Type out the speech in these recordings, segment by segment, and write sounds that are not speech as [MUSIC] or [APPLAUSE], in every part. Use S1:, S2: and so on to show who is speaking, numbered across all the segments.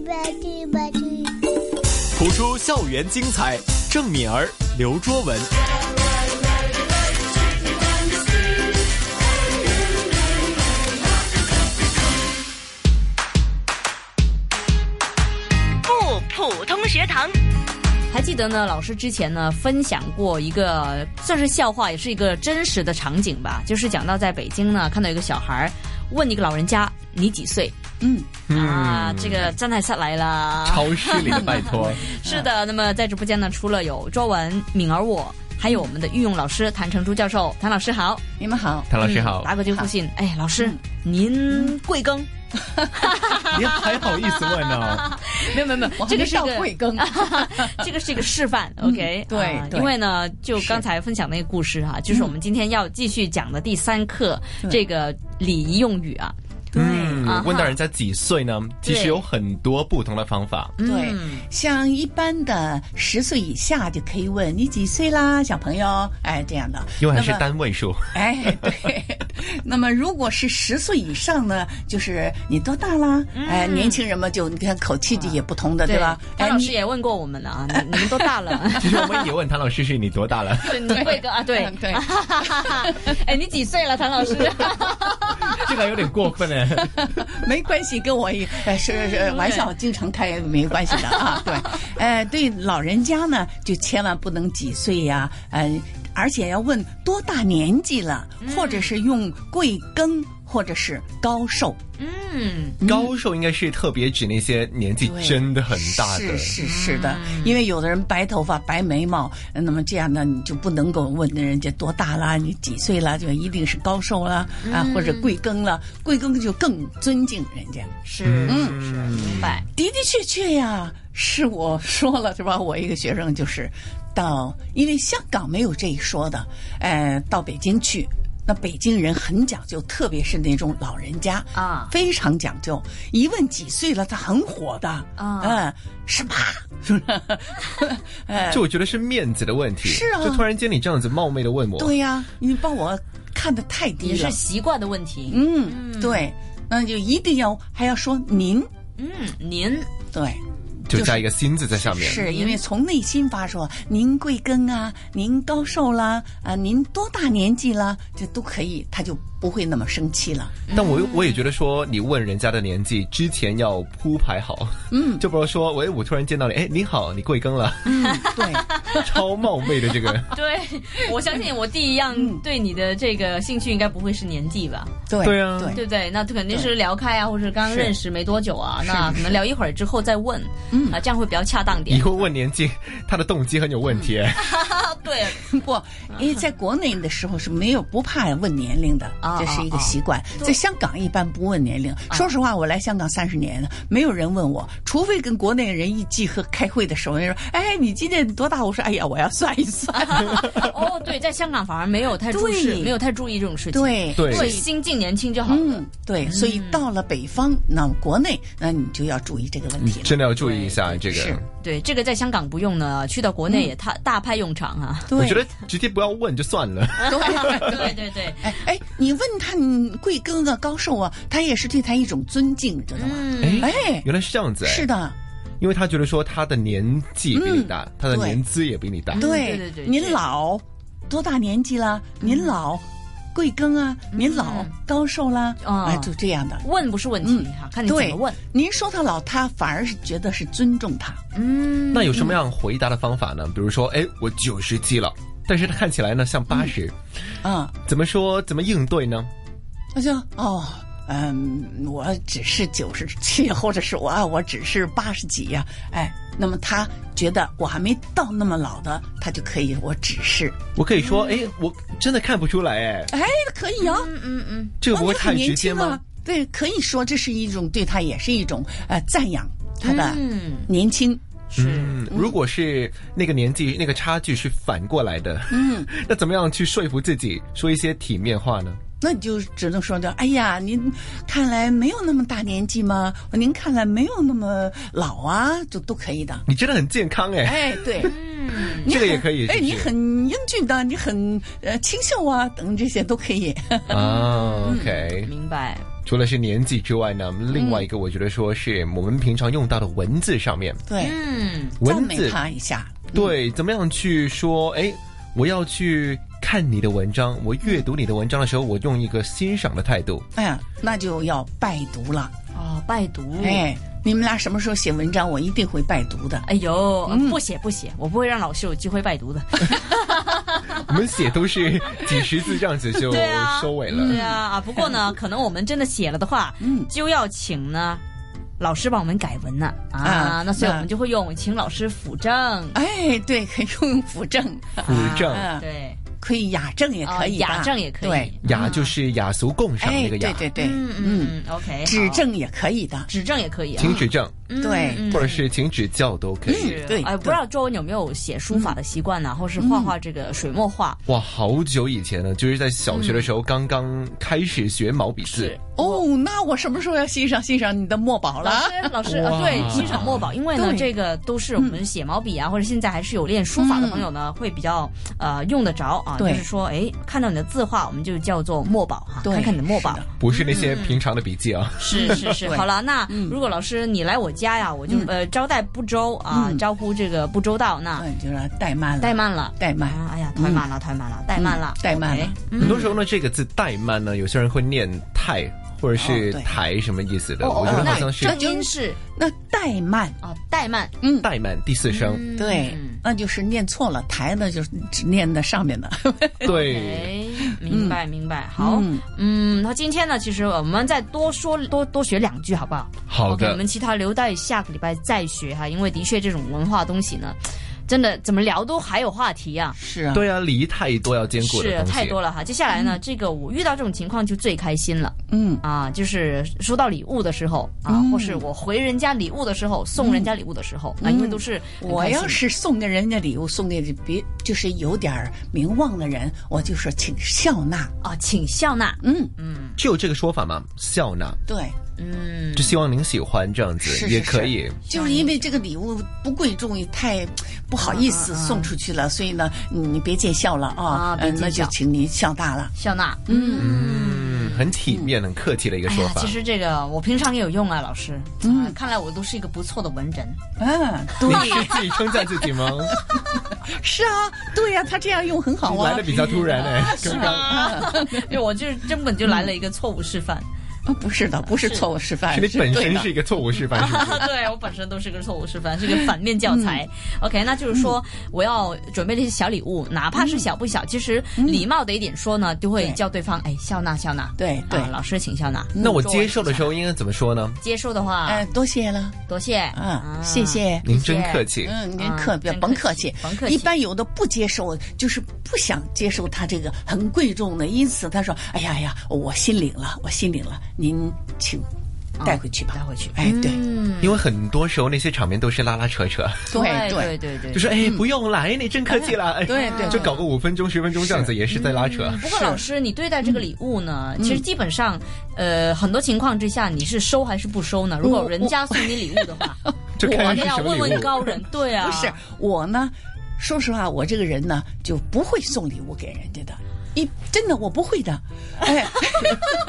S1: 吧去吧去。
S2: 谱出校园精彩，郑敏儿、刘卓文。
S3: 不普通学堂。
S4: 还记得呢，老师之前呢分享过一个算是笑话，也是一个真实的场景吧，就是讲到在北京呢，看到一个小孩儿问一个老人家你几岁
S5: 嗯，
S4: 啊，这个真系失礼啦，
S2: 超市里的拜托，
S4: 是的，那么在直播间呢，除了有周文、敏儿我，还有我们的御用老师谭成珠教授，谭老师好，
S5: 你们好。
S2: 谭老师好
S4: 嗯，打个招呼先。哎，老师，您贵庚？
S2: 你还哎好意思问哦呢？
S4: 没有没有没有，这
S5: 这
S4: 个
S5: 个
S4: 是
S5: 是
S4: 一
S5: 到
S4: 个 [LAUGHS]
S5: 贵庚，
S4: 这个是一个示范，OK？
S5: 对
S4: 啊
S5: 对
S4: 因为呢，就刚才分享那个故事哈、就是我嗯们今天要继续讲的第三课，这个礼仪用语啊，啊
S2: 嗯，
S4: 哈
S2: 问到人家几岁呢？其实有很多不同的方法。
S5: 对
S4: 嗯
S5: 像一般的十岁以下就可以问你几岁啦，小朋友，哎，这样的。
S2: 因为还是
S5: 那么
S2: 单位数，
S5: 哎，对。那么如果是十岁以上呢，就是你多大啦？哎，年轻人嘛，就你看口气就也不同的，
S4: 嗯对
S5: 吧？哎
S4: 谭，老
S5: 你
S4: 师也问过我们了啊，你你们都大 [LAUGHS] 了，
S2: [LAUGHS] 其实我们也问谭老师是你多大了，
S4: 对，你贵庚啊？对
S5: 嗯，对，
S4: [LAUGHS] 哎，你几岁了，谭 [LAUGHS] 老师？
S2: 这个有点过分哎。
S5: 没关系，跟我也呃是是玩笑经常开没关系的啊。对，呃，对老人家呢，就千万不能几岁呀、嗯、而且要问多大年纪了，或者是用贵庚，或者是高寿，
S4: 嗯。
S2: 高寿应该是特别指那些年纪
S5: 对
S2: 真的很大的
S5: 是，是是的，因为有的人白头发白眉毛，那么这样呢，你就不能够问人家多大啦，你几岁啦，就一定是高寿啦啊，或者贵庚了，贵庚就更尊敬人家。
S4: 是是是，
S2: 嗯
S4: 明白。
S5: 的的确确呀，是我说了是吧？我一个学生就是到，因为香港没有这一说的，呃，到北京去。那北京人很讲究，特别是那种老人家
S4: 啊
S5: 非常讲究。一问几岁了，他很火的
S4: 啊
S5: 嗯，是吧？ [LAUGHS] 是不是？
S2: 就我觉得是面子的问题。
S5: 是啊
S2: 就突然间你这样子冒昧的问我，
S5: 对呀、你把我看得太低
S4: 也
S5: 了
S4: 是。习惯的问题。
S5: 嗯，对，那就一定要还要说您，
S4: 嗯，您
S5: 对，
S2: 就加一个“心”字在上面。
S5: 是因为从内心发说，您贵庚啊，您高寿啦，啊，您多大年纪啦，这都可以，他就不会那么生气了。
S2: 但我又我也觉得说，你问人家的年纪之前要铺排好，嗯， [LAUGHS] 就不是说，喂，我突然见到你，哎，你好，你贵庚了，
S5: 嗯， [LAUGHS] 对，
S2: 超冒昧的这个，
S4: 对，我相信我第一样
S5: 嗯
S4: 对你的这个兴趣应该不会是年纪吧，
S5: 对，
S2: 对啊
S4: 对
S5: 对，
S4: 不对？那肯定是聊开啊，或者刚认识没多久啊，那可能聊一会儿之后再问，啊，这样会比较恰当
S2: 以
S4: 点。
S2: 后问年纪，他的动机很有问题。哎
S4: 啊，对，
S5: 不，因为在国内的时候是没有不怕问年龄的
S4: 啊，
S5: 这是一
S4: 啊
S5: 个
S4: 啊
S5: 习惯。在香港一般不问年龄。说实话，我来香港三十年了，没有人问我，除非跟国内人一集合开会的时候，人家说：“哎，你今年多大？”我说：“哎呀，我要算一算。
S4: 哦，对，在香港反而没有太注
S5: 对
S4: 视，没有太注意这种事”情。，
S5: 对
S2: 对
S4: 对，心境年轻就好了。
S5: 嗯，对，所以到了北方，那国内，那你就要注意这个问题了。
S2: 真的要注意一下这
S5: 是
S2: 个。
S4: 对，这个在香港不用呢，去到国内也大大派用场啊。
S5: 对，
S2: 我觉得直接不要问就算了。
S4: 哎对对对，
S5: 哎哎，你问他你贵庚啊、高寿啊，他也是对他一种尊敬，你知道吗？
S4: 嗯，
S2: 哎，
S5: 哎，
S2: 原来是这样子，
S5: 是，的，
S2: 因为他觉得说他的年纪比你大，他的
S5: 对
S2: 年资也比你大。
S4: 嗯对对对
S5: 您
S4: 这
S5: 老多大年纪了？您老贵庚啊？您老
S4: 嗯
S5: 高寿啦？
S4: 啊
S5: 哎，就这样的。
S4: 问不是问题哈，看你怎
S5: 对
S4: 么问。，
S5: 您说他老，他反而是觉得是尊重他。
S4: 嗯，
S2: 那有什么样回答的方法呢？比如说，哎，我九十七了，但是他看起来呢像八十、
S5: 啊，
S2: 怎么说？怎么应对呢？
S5: 我就哦。嗯，我只是九十七，或者是我啊，我只是八十几呀、哎，那么他觉得我还没到那么老的，他就可以，我只是，
S2: 我可以
S5: 嗯
S2: 说，哎，我真的看不出来，哎，
S5: 哎，可以啊，
S4: 嗯嗯嗯，
S2: 这个不会
S5: 那你
S2: 太
S5: 很
S2: 直
S5: 年
S2: 接
S5: 轻
S2: 吗
S5: 啊？？对，可以说这是一种对他也是一种呃赞扬他的
S4: 嗯
S5: 年轻。
S4: 是。
S2: 嗯，如果是那个年纪，那个差距是反过来的，嗯， [LAUGHS] 那怎么样去说服自己说一些体面话呢？
S5: 那你就只能说的，哎呀，您看来没有那么大年纪吗？您看来没有那么老啊，就都可以的。
S2: 你真的很健康
S4: [LAUGHS]
S2: 哎，
S5: 哎，对，
S4: 嗯，
S5: 你
S2: 这个也
S5: 很
S2: 可以
S5: 哎，
S2: 是不
S5: 你
S2: 是
S5: 很英俊的，
S4: [LAUGHS]
S5: 你很呃清秀啊，等这些都可以。
S2: 啊，OK，
S4: 明白。
S2: 除了是年纪之外呢，另外一个我觉得说是我们平常用到的文字上面，
S5: 对，
S4: 嗯，
S5: 赞
S2: 文
S5: 美
S2: 字
S5: 他嗯一下，
S2: 对，怎么样去说？哎，我要去看你的文章，我阅读你的文章的时候，我用一个欣赏的态度。
S5: 哎呀，那就要拜读了。
S4: 哦，拜读，
S5: 哎，你们俩什么时候写文章，我一定会拜读的。
S4: 哎呦，不写不写，我不会让老师有机会拜读的。
S2: 我们写都是几十字这样子就
S4: [LAUGHS] 对啊
S2: 收尾了。
S4: 对啊，啊，不
S2: [LAUGHS]
S4: 过呢，可能我们真的写了的话，
S5: 嗯
S4: 就要请呢老师帮我们改文了啊
S5: 啊
S4: 那所以
S5: 那
S4: 我们就会用请老师辅正，
S5: 哎，对，可以用辅正，
S2: 辅正
S5: 啊
S4: 对，
S5: 可以雅正也可以吧，
S4: 啊雅正也可以
S5: 对，
S2: 雅就是雅俗共赏
S5: 哎，
S2: 那个
S5: 对
S2: 雅，
S5: 对对，
S4: 嗯嗯嗯，OK，
S5: 指
S4: 好
S5: 正也可以的。
S4: 指正也可以啊，
S2: 请指正
S4: 嗯
S5: 对
S4: 嗯
S2: 或者是请指教都可以。
S4: 是
S5: 对嗯
S4: 哎，不知道周文有没有写书法的习惯呢、或是画画这个水墨画？
S2: 哇，好久以前了，就是在小学的时候刚刚开始学毛笔字
S4: 嗯是。
S5: 哦，那我什么时候要欣赏欣赏你的墨宝
S4: 老
S5: 了？
S4: 师，老师，呃
S2: 哇
S4: 对，欣赏墨宝，因为呢，
S5: 对嗯
S4: 这个都是我们写毛笔啊，或者现在还是有练书法的朋友呢，会比较呃用得着啊。就
S5: 对
S4: 是说，哎，看到你的字画，我们就叫做墨宝哈，
S5: 对
S4: 看看你的墨宝
S5: 是。的
S2: 不是那
S4: 嗯
S2: 些平常的笔记啊，
S4: 是是是，
S5: 对嗯
S4: 好了，那如果老师你来我家呀，我就呃招待不周啊，
S5: 嗯
S4: 招呼这个不周到，那
S5: 嗯，就说怠慢了，
S4: 怠慢了。
S5: 怠慢，
S4: 啊，哎呀，怠慢了，
S5: 嗯
S4: 怠慢了，怠慢了，哎嗯
S5: 怠慢了
S4: OK，
S2: 很多时候呢，这个字怠慢呢，有些人会念太或者是
S5: 哦对
S2: 台什么意思的，
S4: 哦
S2: 我觉
S4: 哦
S2: 得，好
S4: 那
S2: 像是
S4: 正音是
S5: 那怠慢，
S4: 啊，怠慢，
S5: 嗯，
S2: 怠慢第四声。
S4: 嗯
S5: 对，那就是念错了，台呢就是只念的上面的，
S2: 对，
S4: 哎，明白明白，好
S5: 嗯，
S4: 嗯，那今天呢，其实我们再多说多多学两句，好不好？
S2: 好
S4: OK，我
S2: 的
S4: 们，其他留待下个礼拜再学哈，因为的确这种文化东西呢，真的怎么聊都还有话题啊。
S5: 是啊，
S2: 对啊，离太多要兼顾的
S4: 是
S2: 东西
S4: 太多了哈，接下来呢，这个我遇到这种情况就最开心了
S5: 嗯，
S4: 啊，就是收到礼物的时候啊，
S5: 嗯
S4: 或是我回人家礼物的时候，送人家礼物的时候啊，
S5: 嗯
S4: 因为都是很
S5: 我
S4: 开心
S5: 要是送给人家礼物，送给别就是有点儿名望的人，我就说请笑纳。
S4: 啊，请笑纳，
S5: 嗯，
S2: 只有这个说法吗？笑纳，
S5: 对，
S4: 嗯
S2: 就，希望您喜欢这样子，
S5: 是是
S2: 也可以。
S5: 就是因为这个礼物不贵重，也太不好意思送出去了，所以呢，你别见笑了啊
S4: 啊，别
S5: 嗯，
S4: 见
S5: 那就
S4: 笑
S5: 请你笑大了。
S4: 笑纳，
S2: 嗯，很体面、很客气的一个
S4: 哎
S2: 说
S4: 呀，
S2: 法
S4: 其。实这个我平常也有用啊，老师。嗯、看来我都是一个不错的文人。
S5: 嗯，
S2: 你是自己称赞自
S5: [LAUGHS]
S2: 己吗？
S5: 是啊，对呀、他这样用很好
S2: 来
S5: 啊
S2: 的。比较突然
S5: [LAUGHS]
S2: 哎，刚刚
S4: 啊， [LAUGHS] 因为我就是根本就来了一个错误示
S5: [LAUGHS]
S4: 范。 [LAUGHS]
S5: 啊不是的，不是错误示范，
S2: 是你本
S5: 对
S2: 身
S5: 的
S2: 是一个错误示范，是
S5: [LAUGHS]
S2: 不是？
S4: 对我本身都是个错误示范，是个反面教材。OK，那
S5: 嗯
S4: 就是说我要准备这些小礼物，哪怕是小不小，其实礼貌的一点说呢，就会
S5: 嗯对
S4: 叫对方哎笑纳笑纳。
S5: 对对嗯
S4: 啊，老师请笑纳。
S2: 那我接受的时候应该怎么说呢？
S4: 接受的话，
S5: 哎，多谢了，
S4: 多谢
S5: 啊，谢。谢。
S2: 您真客气，
S5: 嗯，您
S4: 啊
S5: 客别
S4: 真
S5: 甭
S4: 客
S5: 客
S4: 气
S5: 气，
S4: 甭客
S5: 一
S4: 气
S5: 般有的不接受，就是不想接受他这个很贵重的，因此他说：“哎呀哎呀，我心领了，我心领了，您请带回去吧。
S4: 哦带回去
S5: 哎，对
S4: 嗯，
S2: 因为很多时候那些场面都是拉拉扯扯，
S5: 对
S4: 对
S5: 对嗯
S4: 对对，
S2: 就说哎不用了，哎你真客气了，哎
S5: 对对嗯
S2: 就搞个五分钟十分钟这样子也是在拉扯。
S4: 嗯不过老师，你对待这个礼物呢，其实基本上，呃，很多情况之下你是收还是不收呢？如果人家送你礼物的话，
S2: [LAUGHS] 就看
S4: 我
S2: 看
S4: 们
S2: 是
S4: 要
S2: 什么
S4: 问
S2: 礼
S4: 问
S2: 物。
S4: 高人，对啊，
S5: 不是我呢，说实话，我这个人呢就不会送礼物给人家的，一真的我不会的，哎， [LAUGHS]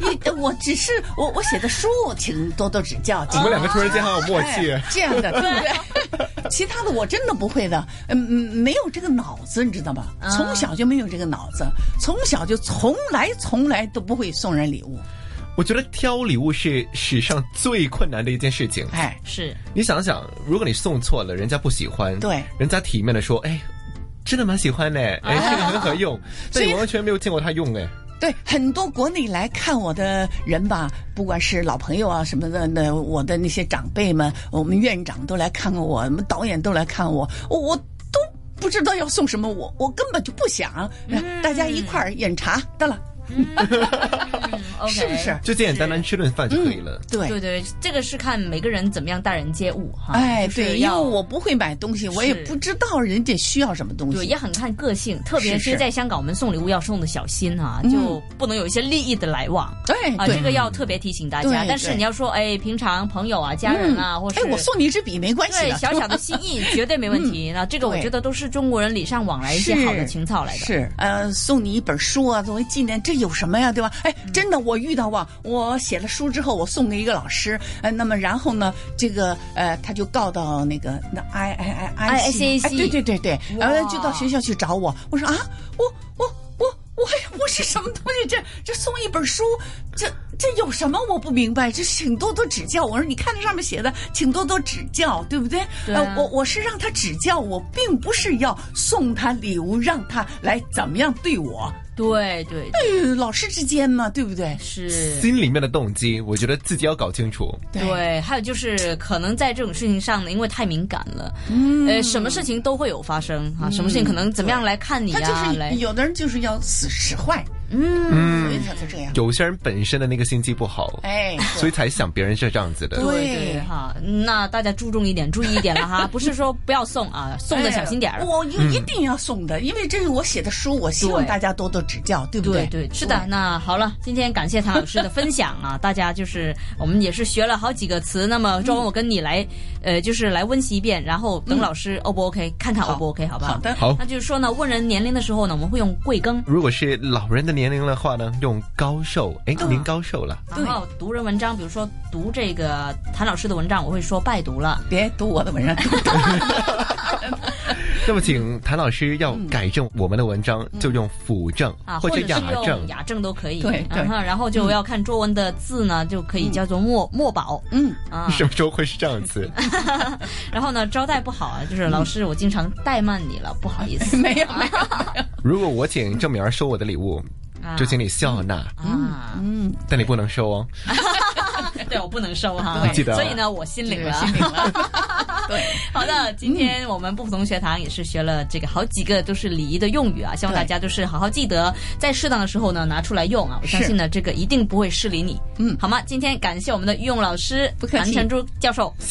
S5: 一我只是我我写的书，请多多指教。
S2: 我们两个突然间好有默
S5: 哎
S2: 契，
S5: 这样的，对不对？其他的我真的不会的，嗯，没有这个脑子，你知道吗？从小就没有这个脑子，从小就从来从来都不会送人礼物，
S2: 我觉得挑礼物是史上最困难的一件事情。
S5: 哎，
S4: 是
S2: 你想想，如果你送错了，人家不喜欢，
S5: 对，
S2: 人家体面的说，哎，真的蛮喜欢的，哎，这个很好用，但你完全没有见过他用，哎，
S5: 对，很多国内来看我的人吧，不管是老朋友啊什么的，那我的那些长辈们，我们院长都来看看我，我们导演都来看我，我我都不知道要送什么，我我根本就不想，大家一块儿饮茶得了，
S4: 嗯
S5: [LAUGHS]
S4: ，OK，
S5: 是不是？？
S2: 就简简单单吃顿饭就可以了。
S5: 对
S4: 对对，这个是看每个人怎么样待人接物哈。
S5: 哎，
S4: 啊就是
S5: 对，因为
S4: 要
S5: 我不会买东西，我也
S4: 是
S5: 不知道人家需要什么东
S4: 对
S5: 西
S4: 也。很看个性，特别
S5: 是
S4: 是在香港，我们送礼物要送的小心啊，
S5: 嗯
S4: 就不能有一些利益的来往
S5: 对
S4: 啊，
S5: 对
S4: 这，个要特别提醒大
S5: 对
S4: 家
S5: 对。
S4: 但是你要说，哎，平常朋友啊、家人啊，或是
S5: 哎，我送你一支笔没关系
S4: 对，
S5: 的，
S4: 小小的心
S5: [LAUGHS]
S4: 意绝对没问题。那这个我
S5: 对
S4: 觉得都是中国人礼尚往来一些好的情操来的。
S5: 是，呃，送你一本书啊，作为纪念，这有什么呀，对吧？哎，
S4: 嗯
S5: 真的，我遇到过，我写了书之后，我送给一个老师，哎，那么然后呢，这个呃，他就告到那个那 I I I
S4: ICAC
S5: 哎对对对对，然后
S4: 哇
S5: 就到学校去找我，我说啊，我我我我我是什么东西？这这送一本书，这这有什么？我不明白，这请多多指教。我说你看这上面写的，请多多指教，对不对？
S4: 对啊
S5: 呃，我我是让他指教我，并不是要送他礼物，让他来怎么样对我。
S4: 对对对
S5: 嗯，老师之间嘛，对不对？
S4: 是。
S2: 心里面的动机，我觉得自己要搞清楚。
S4: 对，还有就是可能在这种事情上呢，因为太敏感了，嗯，呃，什么事情都会有发生哈、什么事情可能怎么样来看你
S5: 他
S4: 啊，
S5: 嗯就是
S4: 来，
S5: 有的人就是要使使坏，
S4: 嗯，
S5: 所以他就这样。
S2: 有些人本身的那个心机不好，
S5: 哎，
S2: 所以才想别人是这样子的。
S5: 对
S4: 对对哈，那大家注重一点，注意一点了
S5: [LAUGHS]
S4: 哈，不是说不要送啊，送的小心点儿。
S5: 哎我一一定要送的，因为这是我写的书，我希望
S4: 对
S5: 大家多多指教，对不
S4: 对
S5: 对嗯
S4: 对，是的。那好了，今天感谢唐老师的分享啊，大家就是我们也是学了好几个词。那么，周文，我跟你来，呃，就是来温习一遍，然后等老师 O 不 OK，看看 O 不 OK，好不好？
S5: 嗯好。的，
S2: 好
S4: 那，就是说呢，问人年龄的时候呢，我们会用贵庚，
S2: 如果是老人的年龄的话呢，用高寿，哎，您高寿了。
S5: 对
S4: 然后读人文章，比如说读这个谭老师的文章，我会说拜读了。
S5: 别读我的文章，
S2: 那么，请谭老师要改正我们的文章，就用辅正
S4: 啊，
S2: 或
S4: 或
S2: 者
S4: 是
S2: 雅
S4: 用
S2: 正。
S4: 雅正都可以，
S5: 对对
S4: 嗯哼然后就要看中文的字呢，就可以叫做墨墨宝
S5: 嗯，
S4: 啊，
S2: [LAUGHS] 什么时候会是这样子？
S4: 然后呢，招待不
S2: [LAUGHS]
S4: 好啊，就是老师，我经常怠慢你了，不好意思。
S5: 没有没有，
S2: 如果我请郑敏儿收我的礼物，
S4: 啊
S2: 就请你笑纳，
S4: 啊，
S5: 嗯，
S2: 但你不能收哦。
S4: 对我不能收哈，
S5: 对
S2: 记得啊
S4: 所以呢，我心领了。
S5: 心
S4: [LAUGHS]
S5: 领 [LAUGHS] 了，对。
S4: 好的，今天我们不普通学堂也是学了这个好几个都是礼仪的用语啊，希望
S5: 对
S4: 大家都是好好记得，在适当的时候呢拿出来用啊，我相信呢这个一定不会失礼你。
S5: 嗯
S4: 好吗？今天感谢我们的御用老师
S5: 不客气
S4: 谭成珠教授，
S2: 谢谢。